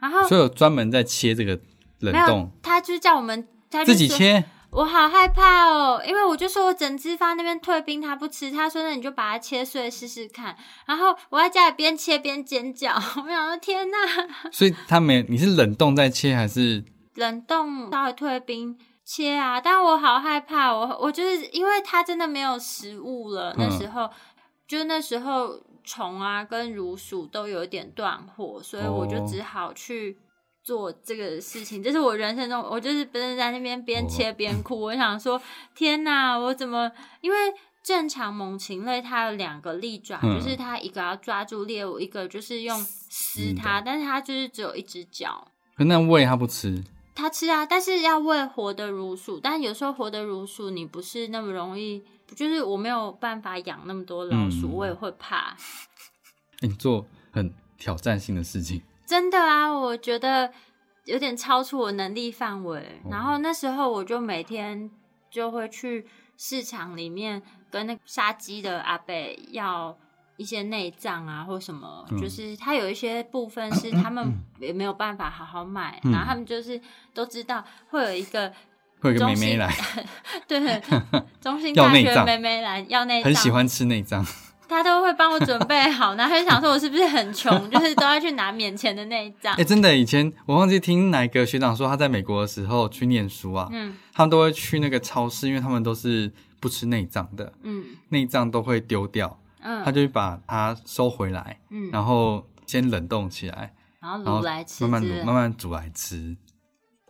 Speaker 1: 然后
Speaker 2: 所以有专门在切这个冷
Speaker 1: 啊没有
Speaker 2: 冻，，
Speaker 1: 它就叫我们，它就
Speaker 2: 自己
Speaker 1: 说
Speaker 2: 切，
Speaker 1: 我好害怕哦，因为我就说我整只放在那边退冰，他不吃，他说那你就把它切碎试试看。然后我在家里边切边尖叫， 我想说天呐，
Speaker 2: 所以他没，你是冷冻在切还是？
Speaker 1: 冷冻稍微退冰切啊，但我好害怕，我我就是因为它真的没有食物
Speaker 2: 嗯
Speaker 1: 了，那时候、就那时候虫啊跟乳鼠都有一点断货，所以我就
Speaker 2: 哦
Speaker 1: 只好去。做这个事情，这是我人生中，我就是不是在那边边
Speaker 2: 哦
Speaker 1: 切边哭。我想说，天哪，我怎么？因为正常猛禽类它有两个利爪，
Speaker 2: 嗯
Speaker 1: 就是它一个要抓住猎物，一个就是用撕
Speaker 2: 嗯的
Speaker 1: 它，但是它就是只有一只脚。
Speaker 2: 可那喂他不吃，
Speaker 1: 它吃啊，但是要喂活的乳鼠，但有时候活的乳鼠你不是那么容易就是我没有办法养那么多老鼠，
Speaker 2: 嗯
Speaker 1: 我也会怕。
Speaker 2: 欸你做很挑战性的事情，
Speaker 1: 真的啊，我觉得有点超出我能力范围。
Speaker 2: 哦
Speaker 1: 然后那时候我就每天就会去市场里面跟那个杀鸡的阿伯要一些内脏啊，或什么，
Speaker 2: 嗯
Speaker 1: 就是他有一些部分是他们也没有办法好好买，
Speaker 2: 嗯
Speaker 1: 然后他们就是都知道会有一个
Speaker 2: 会有个
Speaker 1: 中
Speaker 2: 妹妹
Speaker 1: 心哎
Speaker 2: 来，
Speaker 1: 对中心
Speaker 2: 要
Speaker 1: 大
Speaker 2: 内
Speaker 1: 学
Speaker 2: 脏
Speaker 1: 妹妹来要内脏，
Speaker 2: 很喜欢吃内脏，
Speaker 1: 他都会帮我准备好，然后就想说我是不是很 穷，就是都要去拿免钱的那一张
Speaker 2: 哎、。真的，以前我忘记听哪一个学长说他在美国的时候去念书啊，
Speaker 1: 嗯
Speaker 2: 他们都会去那个超市，因为他们都是不吃内脏的，
Speaker 1: 嗯
Speaker 2: 内脏都会丢掉，
Speaker 1: 嗯，
Speaker 2: 他就会把它收回来，
Speaker 1: 嗯，
Speaker 2: 然后先冷冻起来，
Speaker 1: 然后
Speaker 2: 然后
Speaker 1: 卤来吃，
Speaker 2: 慢慢
Speaker 1: 之类
Speaker 2: 卤，慢慢煮来吃，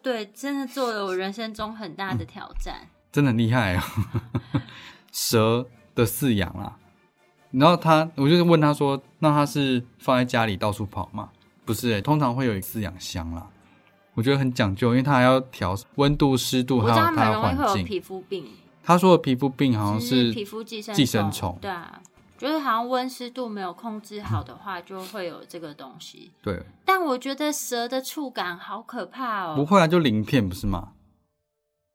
Speaker 1: 对，真的做了我人生中很大的挑战。
Speaker 2: 真的很厉害、哦。 蛇的饲养啦，然后他，我就是问他说，那他是放在家里到处跑吗？不是、欸，通常会有饲养箱啦。我觉得很讲究，因为它还要调温度、湿度，
Speaker 1: 我
Speaker 2: 还
Speaker 1: 知
Speaker 2: 嗯有
Speaker 1: 道他
Speaker 2: 它
Speaker 1: 们很容
Speaker 2: 的
Speaker 1: 易
Speaker 2: 环
Speaker 1: 会有
Speaker 2: 境。
Speaker 1: 皮肤病，
Speaker 2: 他说的皮肤病好像
Speaker 1: 就是
Speaker 2: 是
Speaker 1: 皮肤寄生
Speaker 2: 寄生虫
Speaker 1: 对啊，就是好像温湿度没有控制好的话，就会有这个东西。
Speaker 2: 对，
Speaker 1: 但我觉得蛇的触感好可怕
Speaker 2: 不
Speaker 1: 哦，
Speaker 2: 会啊，就鳞片不是吗？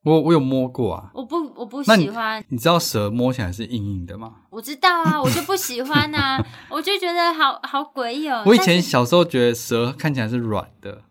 Speaker 2: 我我有摸过啊，
Speaker 1: 我不我不
Speaker 2: 那你
Speaker 1: 喜欢，
Speaker 2: 你知道蛇摸起来是硬硬的吗？
Speaker 1: 我知道啊，我就不喜欢啊，我就觉得好好诡异哦。
Speaker 2: 我以
Speaker 1: 但是
Speaker 2: 前小时候觉得蛇看起来是软的，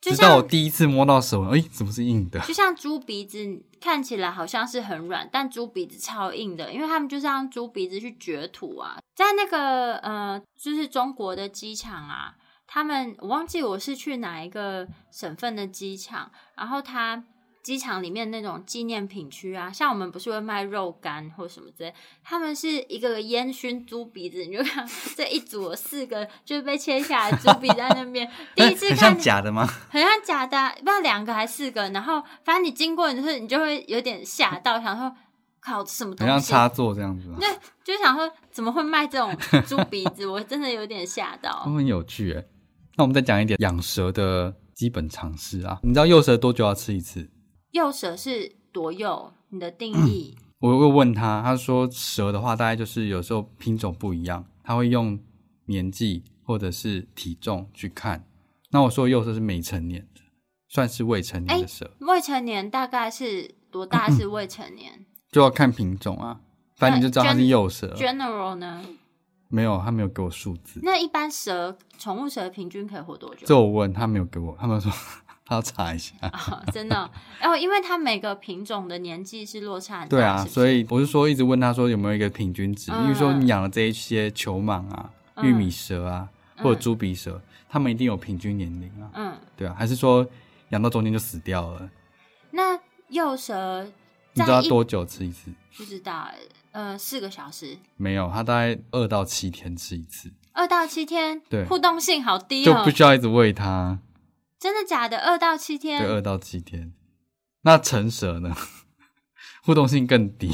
Speaker 1: 就
Speaker 2: 直到我
Speaker 1: 像
Speaker 2: 第一次摸到蛇，哎、怎么是硬的？
Speaker 1: 就像猪鼻子看起来好像是很软，但猪鼻子超硬的，因为他们就是让猪鼻子去掘土啊，在那个呃，就是中国的机场啊，他们我忘记我是去哪一个省份的机场，然后它机场里面那种纪念品区啊，像我们不是会卖肉干或什么之类，他们是一个个烟熏猪鼻子，你就看 这一组有四个就是被切下来的猪鼻在那边， 第一次
Speaker 2: 哎很
Speaker 1: 看
Speaker 2: 像假的吗？
Speaker 1: 很像假的啊，不知道两个还是四个，然后反正你经过，你就是你就会有点吓到，想说靠什么
Speaker 2: 很
Speaker 1: 东
Speaker 2: 像
Speaker 1: 西，
Speaker 2: 插座这样子、啊，
Speaker 1: 对，就想说怎么会卖这 种猪鼻子，我真的有点吓
Speaker 2: 哦、
Speaker 1: 到。
Speaker 2: 很有趣哎。那我们再讲一点养蛇的基本常识啊。你知道幼蛇多久要吃一次？
Speaker 1: 幼蛇是多幼？你的定义？
Speaker 2: 我又问他，他说蛇的话，大概就是有时候品种不一样，他会用年纪或者是体重去看。那我说幼蛇是没成年的，算是未成年的蛇，
Speaker 1: 未成年大概是多大是未成年
Speaker 2: 就要看品种啊。反正你就知道它是幼蛇，
Speaker 1: ？General 呢？
Speaker 2: 没有，他没有给我数字。
Speaker 1: 那一般蛇，宠物蛇平均可以活多久？
Speaker 2: 这我问他没有给我，他们说 他要查一下。
Speaker 1: 哦 真的哦，哦因为它每个品种的年纪是落差很大，
Speaker 2: 对啊，
Speaker 1: 是不是
Speaker 2: 所以我是说一直问他说有没有一个平均值，
Speaker 1: 嗯
Speaker 2: 因为说你养了这一些球蟒啊、
Speaker 1: 嗯
Speaker 2: 玉米蛇啊
Speaker 1: 嗯
Speaker 2: 或者猪鼻蛇，它们一定有平均年龄啊，
Speaker 1: 嗯，
Speaker 2: 对啊，还是说养到中间就死掉了？
Speaker 1: 那幼蛇
Speaker 2: 你
Speaker 1: 在
Speaker 2: 知道
Speaker 1: 一
Speaker 2: 多久吃一次？
Speaker 1: 不知道欸，呃，四个小时，
Speaker 2: 没有，它大概二到七天吃一次，
Speaker 1: 二到七天，
Speaker 2: 对
Speaker 1: 互动性好低
Speaker 2: 就
Speaker 1: 哦
Speaker 2: 不，需要一直喂它。
Speaker 1: 真的假的？二到七
Speaker 2: 对，
Speaker 1: 天，
Speaker 2: 二到七天。那成蛇呢？ 互动性更低，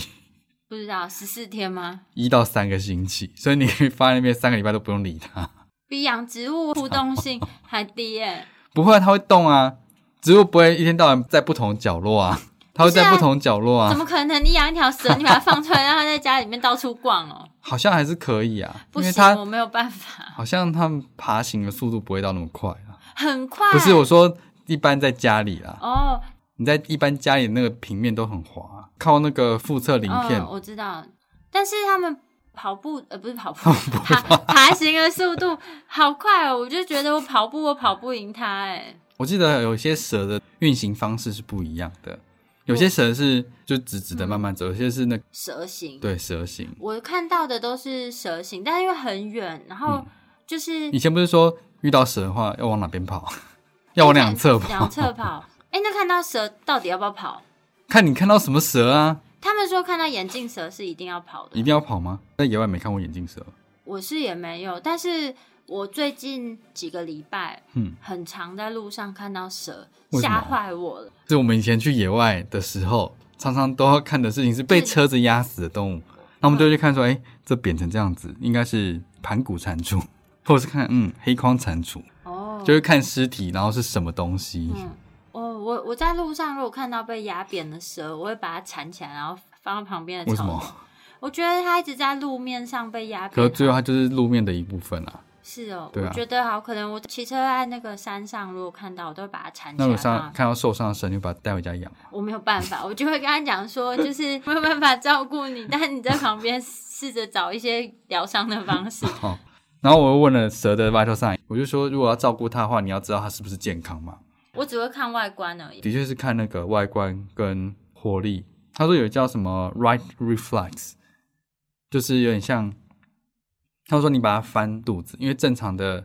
Speaker 1: 不知道十四天吗？
Speaker 2: 一到三个星期，所以你可以放在那边三个礼拜都不用理它。
Speaker 1: 比养植物互 动性还低耶、
Speaker 2: 不会啊，它会动啊，植物不会一天到晚在不同角落 啊，它会
Speaker 1: 不是啊
Speaker 2: 在不同角落
Speaker 1: 怎
Speaker 2: 啊，
Speaker 1: 么可能？你养一条蛇，你把它放出来，让它在家里面到处逛哦？
Speaker 2: 好像还是可以啊，
Speaker 1: 不
Speaker 2: 因为
Speaker 1: 行，
Speaker 2: 它
Speaker 1: 我没有办法，
Speaker 2: 好像它们爬行的速度不会到那么快啊。
Speaker 1: 很快。
Speaker 2: 不是我说，一般在家里啦，
Speaker 1: 哦，
Speaker 2: 你在一般家里那个平面都很滑啊、靠那个腹侧鳞片
Speaker 1: 嗯，，我知道，但是他们。跑步呃不是跑步，爬爬行的速度好快哦！我就觉得我跑步我跑不赢它哎，
Speaker 2: 我记得有些蛇的运行方式是不一样的，有些蛇是就直直的慢慢
Speaker 1: 嗯
Speaker 2: 走，有些是那个
Speaker 1: 蛇形
Speaker 2: 对蛇形。
Speaker 1: 我看到的都是蛇形，但因为很远，然
Speaker 2: 嗯
Speaker 1: 后就是
Speaker 2: 以前不是说遇到蛇的话要往哪边跑， 要往两侧跑
Speaker 1: 两，侧跑。哎、那看到蛇到底要不要跑？
Speaker 2: 看你看到什么蛇啊。
Speaker 1: 他们说看到眼镜蛇是一定要跑
Speaker 2: 一
Speaker 1: 的，
Speaker 2: 定要跑吗？在野外没看过眼镜蛇，
Speaker 1: 我是也没有，但是我最近几个礼拜
Speaker 2: 嗯，
Speaker 1: 很常在路上看到蛇，
Speaker 2: 为什么
Speaker 1: 吓坏我了。
Speaker 2: 就我们以前去野外的时候，常常都要看的事情是被车子压死的动物，那我们就会去看说，哎、这扁成这样子，应该是盘古蟾蜍， 或者是看嗯黑框蟾蜍，
Speaker 1: 哦，嗯
Speaker 2: 就会看尸体，然后是什么东西，
Speaker 1: 嗯，我我我在路上如果看到被压扁的蛇，我会把它缠起来，然后放到旁边的
Speaker 2: 为什
Speaker 1: 草
Speaker 2: 么
Speaker 1: 丛。？我觉得它一直在路面上被压
Speaker 2: 可是
Speaker 1: 扁。
Speaker 2: 最后它就是路面的一部分啊。
Speaker 1: 是哦，
Speaker 2: 对啊
Speaker 1: 我觉得好可能我骑车在那个山上，如果看到我都会把它缠起
Speaker 2: 那
Speaker 1: 来
Speaker 2: 如果
Speaker 1: 放到
Speaker 2: 上看到受伤的蛇，你会把它带回家养吗？
Speaker 1: 我没有办法，我就会跟他讲说，就是 没有办法照顾你，但你在旁边试着找一些疗伤的方式。
Speaker 2: 然后我又问了蛇的 vital sign，我就说如果要照顾它的话，你要知道它是不是健康嘛。
Speaker 1: 我只会看外观而已。
Speaker 2: 的确是看那个外观跟活力。他说有叫什么 right reflex，就是有点像，他说你把它翻肚子，因为正常的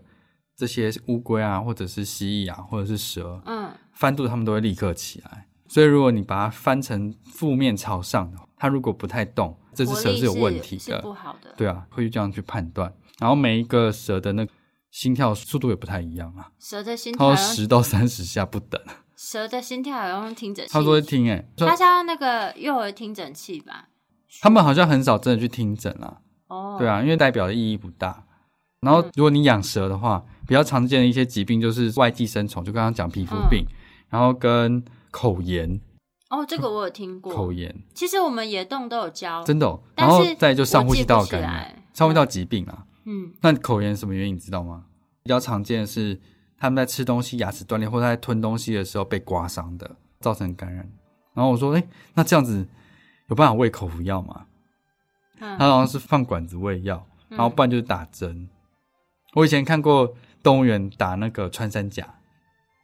Speaker 2: 这些乌龟啊，或者是蜥蜴啊，或者是蛇，
Speaker 1: 嗯，
Speaker 2: 翻肚它们都会立刻起来。所以如果你把它翻成负面朝上的话，它如果不太动，这只
Speaker 1: 活
Speaker 2: 蛇
Speaker 1: 力
Speaker 2: 是有问题
Speaker 1: 是
Speaker 2: 的，
Speaker 1: 不好的。
Speaker 2: 对啊，会这样去判断。然后每一个蛇的那个心跳速度也不太一样啊，
Speaker 1: 蛇的心
Speaker 2: 他
Speaker 1: 跳
Speaker 2: 说
Speaker 1: 用，
Speaker 2: 十到三十下不等。
Speaker 1: 蛇的心跳要用听诊器。
Speaker 2: 他说会听、欸，说
Speaker 1: 它是要那个幼儿听诊器吧？
Speaker 2: 他们好像很少真的去听诊啦，
Speaker 1: 哦，嗯
Speaker 2: 对啊，因为代表的意义不大。然后如果你养蛇的话，比较常见的一些疾病就是外寄生虫，就刚刚讲皮肤病，
Speaker 1: 嗯
Speaker 2: 然后跟口炎，
Speaker 1: 哦，这个我有听过
Speaker 2: 口。炎
Speaker 1: 其实我们野洞都有教，
Speaker 2: 真的、哦，
Speaker 1: 但
Speaker 2: 然
Speaker 1: 是
Speaker 2: 后再就上呼吸道感
Speaker 1: 我记不
Speaker 2: 染
Speaker 1: 起来，
Speaker 2: 上呼吸道疾病啊。
Speaker 1: 嗯，
Speaker 2: 那口炎什么原因你知道吗？比较常见的是他们在吃东西牙齿断裂，或者在吞东西的时候被刮伤的，造成感染。然后我说，哎、那这样子有办法喂口服药吗？
Speaker 1: 嗯
Speaker 2: 他好像是放管子喂药，
Speaker 1: 嗯
Speaker 2: 然后不然就是打针。我以前看过动物园打那个穿山甲，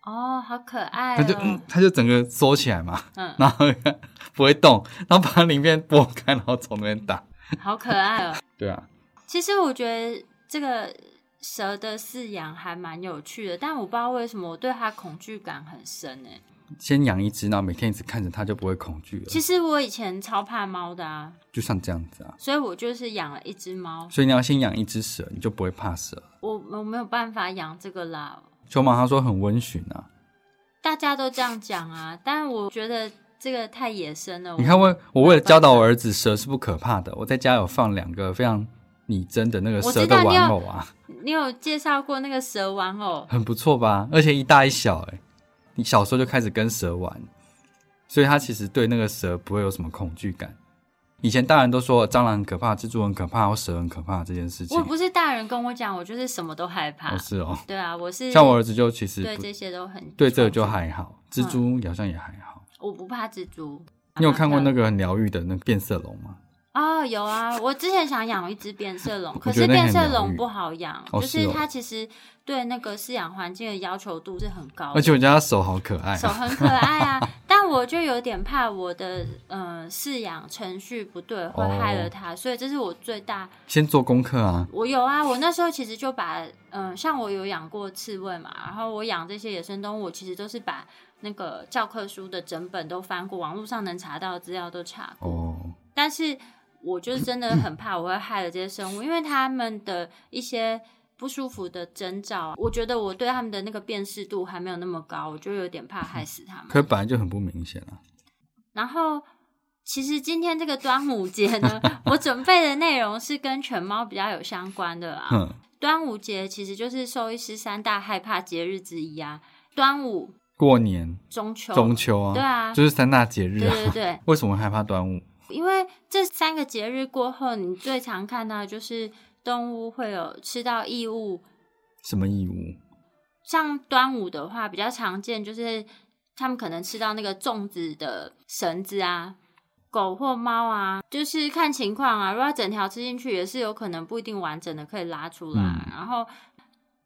Speaker 1: 哦，好可爱
Speaker 2: 他就、
Speaker 1: 哦
Speaker 2: 嗯，他就整个缩起来嘛，
Speaker 1: 嗯，
Speaker 2: 然后 不会动，然后把里面剥开，然后从那边打。
Speaker 1: 好可爱哦。
Speaker 2: 对啊，
Speaker 1: 其实我觉得这个蛇的饲养还蛮有趣的，但我不知道为什么我对它恐惧感很深欸诶、
Speaker 2: 先养一只，然后每天一直看着它，就不会恐惧了。
Speaker 1: 其实我以前超怕猫的啊，
Speaker 2: 就像这样子啊。
Speaker 1: 所以我就是养了一只猫，
Speaker 2: 所以你要先养一只蛇，你就不会怕蛇。
Speaker 1: 我我没有办法养这个啦，
Speaker 2: 秋毛他说很温驯啊，
Speaker 1: 大家都这样讲啊，但我觉得这个太野生了。
Speaker 2: 你
Speaker 1: 我
Speaker 2: 看我我为了教
Speaker 1: 嗯
Speaker 2: 导我儿子蛇是不可怕的，我在家有放两个非常拟真的那个蛇的
Speaker 1: 我知道你有
Speaker 2: 玩偶啊，
Speaker 1: 你有介绍过那个蛇哦玩偶？
Speaker 2: 很不错吧？而且一大一小、欸，你小时候就开始跟蛇玩，所以他其实对那个蛇不会有什么恐惧感。以前大人都说蟑螂很可怕、蜘蛛很可怕或蛇很可怕这件事情
Speaker 1: 我，不是大人跟我讲，我就是什么都害怕
Speaker 2: 哦。是哦，
Speaker 1: 对啊，我是
Speaker 2: 像我儿子就其实
Speaker 1: 对
Speaker 2: 不
Speaker 1: 这些都很
Speaker 2: 对这个就
Speaker 1: 恐
Speaker 2: 还好，蜘蛛好像也还好。
Speaker 1: 惧，我不怕蜘蛛。啊
Speaker 2: 你有看过那
Speaker 1: 个？
Speaker 2: 个很疗愈的那个变色龙吗？
Speaker 1: 哦，有啊，我之前想养一只变色龙，可
Speaker 2: 觉
Speaker 1: 是
Speaker 2: 得那
Speaker 1: 变
Speaker 2: 很
Speaker 1: 色
Speaker 2: 疗
Speaker 1: 龙
Speaker 2: 愈
Speaker 1: 不好养，
Speaker 2: 哦
Speaker 1: 就是是
Speaker 2: 哦
Speaker 1: 它其实对那个饲养环境的要求度是很高的，
Speaker 2: 而且我觉得它手好可爱、
Speaker 1: 嗯手
Speaker 2: 啊，
Speaker 1: 很可爱 啊，但我就有点怕我的呃饲养程序不对，会害
Speaker 2: 哦
Speaker 1: 了它，所以这是我最大。
Speaker 2: 先做功课啊。
Speaker 1: 我有啊，我那时候其实就把嗯、呃像我有养过刺猬嘛，然后我养这些野生动物，我其实都是把那个教科书的整本都翻过，网络上能查到的资料都查过。
Speaker 2: 哦，
Speaker 1: 但是我就是真的很怕我会害了这些生物，因为它们的一些不舒服的征兆，啊我觉得我对它们的那个辨识度还没有那么高，我就有点怕害死它们。
Speaker 2: 可是本来就很不明显啊。
Speaker 1: 然后。其实今天这个端午节呢， 我准备的内容是跟犬猫比较有相关的啊。
Speaker 2: 哼，
Speaker 1: 端午节其实就是兽医师三大害怕节日之一啊，端午、
Speaker 2: 过年、
Speaker 1: 中秋，
Speaker 2: 中秋
Speaker 1: 对
Speaker 2: 啊，
Speaker 1: 啊，
Speaker 2: 就是三大节日
Speaker 1: 对
Speaker 2: 啊。
Speaker 1: 对对，
Speaker 2: 为什么害怕端午？
Speaker 1: 因为这三个节日过后，你最常看到的就是动物会有吃到异物，
Speaker 2: 什么义务？
Speaker 1: 像端午的话比较常见，就是他们可能吃到那个粽子的绳子啊。狗或猫啊，就是看情况啊。如果它整条吃进去，也是有可能不一定完整的可以拉出来。
Speaker 2: 嗯
Speaker 1: 然后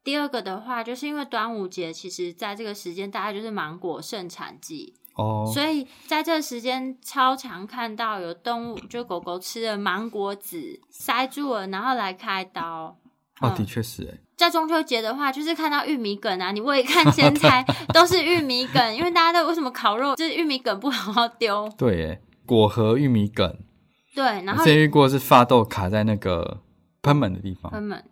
Speaker 1: 第二个的话，就是因为端午节，其实在这个时间大概就是芒果盛产季，
Speaker 2: 哦，
Speaker 1: 所以在这时间超常看到有动物，就狗狗吃了芒果籽塞住了，然后来开刀。
Speaker 2: 哦，
Speaker 1: 嗯
Speaker 2: 的确是哎。
Speaker 1: 在中秋节的话，就是看到玉米梗啊，你未看先猜都是玉米梗，因为大家都为什么烤肉就是玉米梗不好好丢？
Speaker 2: 对哎，果核玉米梗，
Speaker 1: 对，然
Speaker 2: 我
Speaker 1: 后
Speaker 2: 之前遇过是发豆卡在那个喷门的地
Speaker 1: 他
Speaker 2: 方，
Speaker 1: 们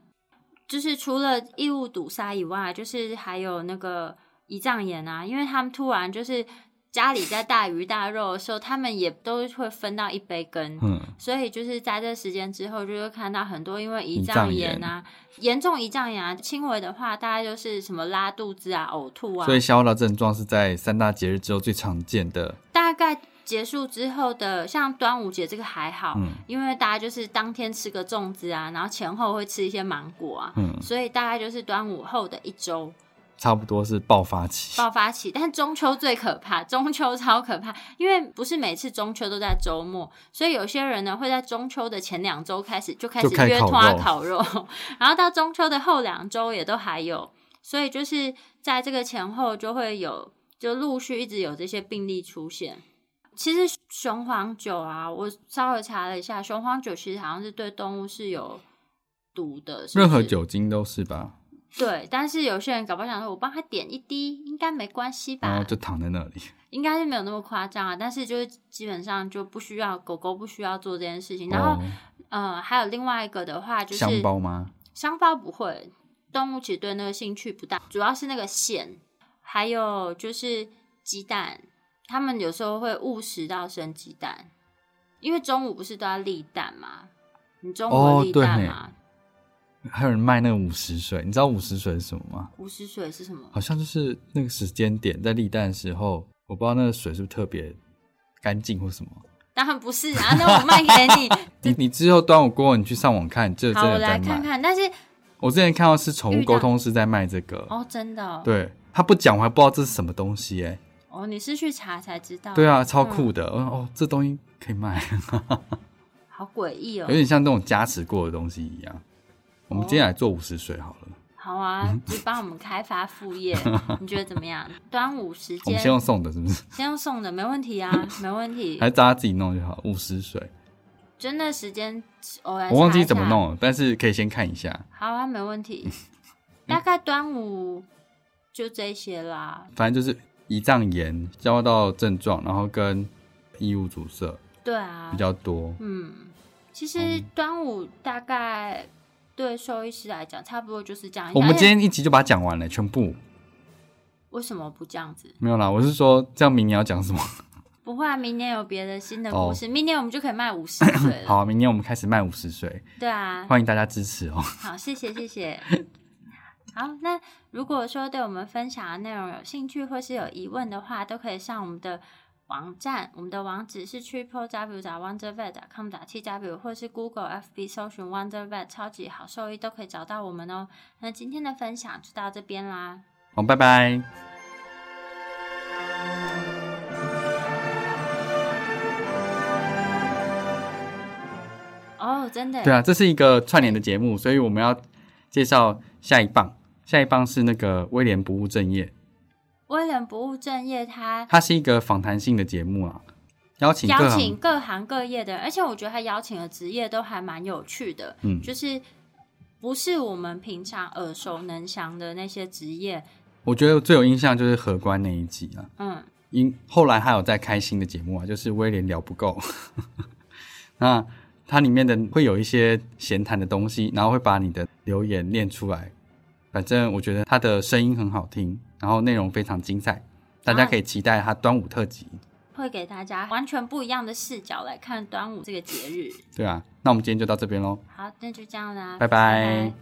Speaker 1: 就是除了异物堵塞以外，就是还有那个胰脏炎啊，因为他们突然就是家里在大鱼大肉的时候，他们也都会分到一杯羹，
Speaker 2: 嗯，
Speaker 1: 所以就是在这时间之后，就会看到很多因为胰
Speaker 2: 胰
Speaker 1: 脏
Speaker 2: 脏
Speaker 1: 炎啊，严重胰脏炎啊，轻微的话大概就是什么拉肚子啊、呕吐啊
Speaker 2: 所，以消化道症状是在三大节日之后最常见的
Speaker 1: 大概结束之后的，像端午节这个还好，
Speaker 2: 嗯
Speaker 1: 因为大家就是当天吃个粽子啊，然后前后会吃一些芒果啊，
Speaker 2: 嗯，
Speaker 1: 所以大概就是端午后的一周
Speaker 2: 差不多是爆发期。
Speaker 1: 爆发期。但中秋最可怕，中秋超可怕，因为不是每次中秋都在周末，所以有些人呢会在中秋的前两周开始就开始
Speaker 2: 就开
Speaker 1: 约
Speaker 2: 烤
Speaker 1: 拖
Speaker 2: 肉
Speaker 1: 烤肉， 然后到中秋的后两周也都还有，所以就是在这个前后就会有，就陆续一直有这些病例出现。其实雄黄酒啊，我稍微查了一下，雄黄酒其实好像是对动物是有毒的，是不
Speaker 2: 任何
Speaker 1: 是
Speaker 2: 酒精都是吧，
Speaker 1: 对，但是有些人搞不好想说，我帮他点一滴，应该没关系
Speaker 2: 然
Speaker 1: 吧？
Speaker 2: 后就躺在那里。
Speaker 1: 应该是没有那么夸张啊，但是就是基本上就不需要狗狗不需要做这件事情。然后
Speaker 2: 哦，、
Speaker 1: 呃，还有另外一个的话就是
Speaker 2: 香包吗？
Speaker 1: 香包不会，动物其实对那个兴趣不大，主要是那个线，还有就是鸡蛋，他们有时候会误食到生鸡蛋，因为中午不是都要立蛋吗？你中午
Speaker 2: 哦
Speaker 1: 有立
Speaker 2: 对
Speaker 1: 蛋
Speaker 2: 嘿
Speaker 1: 吗？
Speaker 2: 还有人卖那个午时水，你知道午时水是什么吗？
Speaker 1: 午时水是什么？
Speaker 2: 好像就是那个时间点在立蛋的时候，我不知道那个水是不是特别干净或什么。
Speaker 1: 当然不是啊，那我卖给 你。
Speaker 2: 你你之后端午过后，你去上网看，这真
Speaker 1: 嗯好，我
Speaker 2: 的
Speaker 1: 来
Speaker 2: 在
Speaker 1: 看
Speaker 2: 卖。
Speaker 1: 看。但是
Speaker 2: 我之前看到是宠
Speaker 1: 遇
Speaker 2: 物
Speaker 1: 到
Speaker 2: 沟通师在卖这个，
Speaker 1: 哦，真的哦，
Speaker 2: 对他不讲我还不知道这是什么东西哎。
Speaker 1: 哦，你是去查才知道，
Speaker 2: 对，啊，超酷的。我
Speaker 1: 嗯
Speaker 2: 说哦，这东西可以卖，
Speaker 1: 好诡异哦
Speaker 2: 有。点像那种加持过的东西一样。我们今天来做午时水好了，
Speaker 1: 好
Speaker 2: 嗯
Speaker 1: 啊，就帮我们开发副 业，你觉得怎么样？端午时
Speaker 2: 我
Speaker 1: 间
Speaker 2: 们先用送的，是不是？
Speaker 1: 先用送的，没问题 啊，没问题
Speaker 2: 还。是大家自己弄就好。午时水，
Speaker 1: 真的时间，我来
Speaker 2: 我忘
Speaker 1: 查一下
Speaker 2: 记怎么。弄了，嗯但是可以先看一下。
Speaker 1: 好啊，没问题。大概端午就这些啦。
Speaker 2: 反正就是胰脏炎、消化道症状，然后跟异物阻塞
Speaker 1: 对啊
Speaker 2: 比，较哦多。
Speaker 1: 嗯，其实端午大概对兽医师来讲，差不多就是这样。
Speaker 2: 我们
Speaker 1: 而且
Speaker 2: 今天一集就把它讲完了，全部
Speaker 1: 为什么不这样子？
Speaker 2: 没有啦。我是说，这样明年要 讲什么？
Speaker 1: 不会啊，明年有别的新的
Speaker 2: 哦
Speaker 1: 故事，明年我们就可以卖五十岁了。
Speaker 2: 好、明年我们开始卖五十岁，
Speaker 1: 对啊，
Speaker 2: 欢迎大家支持哦。
Speaker 1: 好，谢谢谢谢。好，那如果说对我们分享的内容有兴趣或是有疑问的话，都可以上我们的网站，我们的网址是 triple w wonder vet com t w 或是 Google FB 搜寻 wonder vet 超级好兽医都可以找到我们哦。那今天的分享就到这边啦。
Speaker 2: 好，哦拜拜。
Speaker 1: 哦，真的耶，
Speaker 2: 对啊，这是一个串联的节目，所以我们要介绍下一棒。下一棒是那个威廉不务正业，
Speaker 1: 嗯威廉不务正业他
Speaker 2: 它是一个访谈性的节目啊，邀请各
Speaker 1: 邀请
Speaker 2: 行
Speaker 1: 各行各业的人，而且我觉得他邀请的职业都还蛮有趣的，
Speaker 2: 嗯
Speaker 1: 就是不是我们平常耳熟能详的那些职业，
Speaker 2: 我觉得最有印象就是荷官那一集啊。
Speaker 1: 嗯，
Speaker 2: 因后来还有在开新的节目啊，就是威廉聊不够。 那它里面的会有一些闲谈的东西，然后会把你的留言念出来。反正我觉得他的声音很好听，然后内容非常精彩，大家可以期待他端午特辑。
Speaker 1: 会给大家完全不一样的视角来看端午这个节日。
Speaker 2: 对啊，那我们今天就到这边喽。
Speaker 1: 好，那就这样啦，
Speaker 2: 拜拜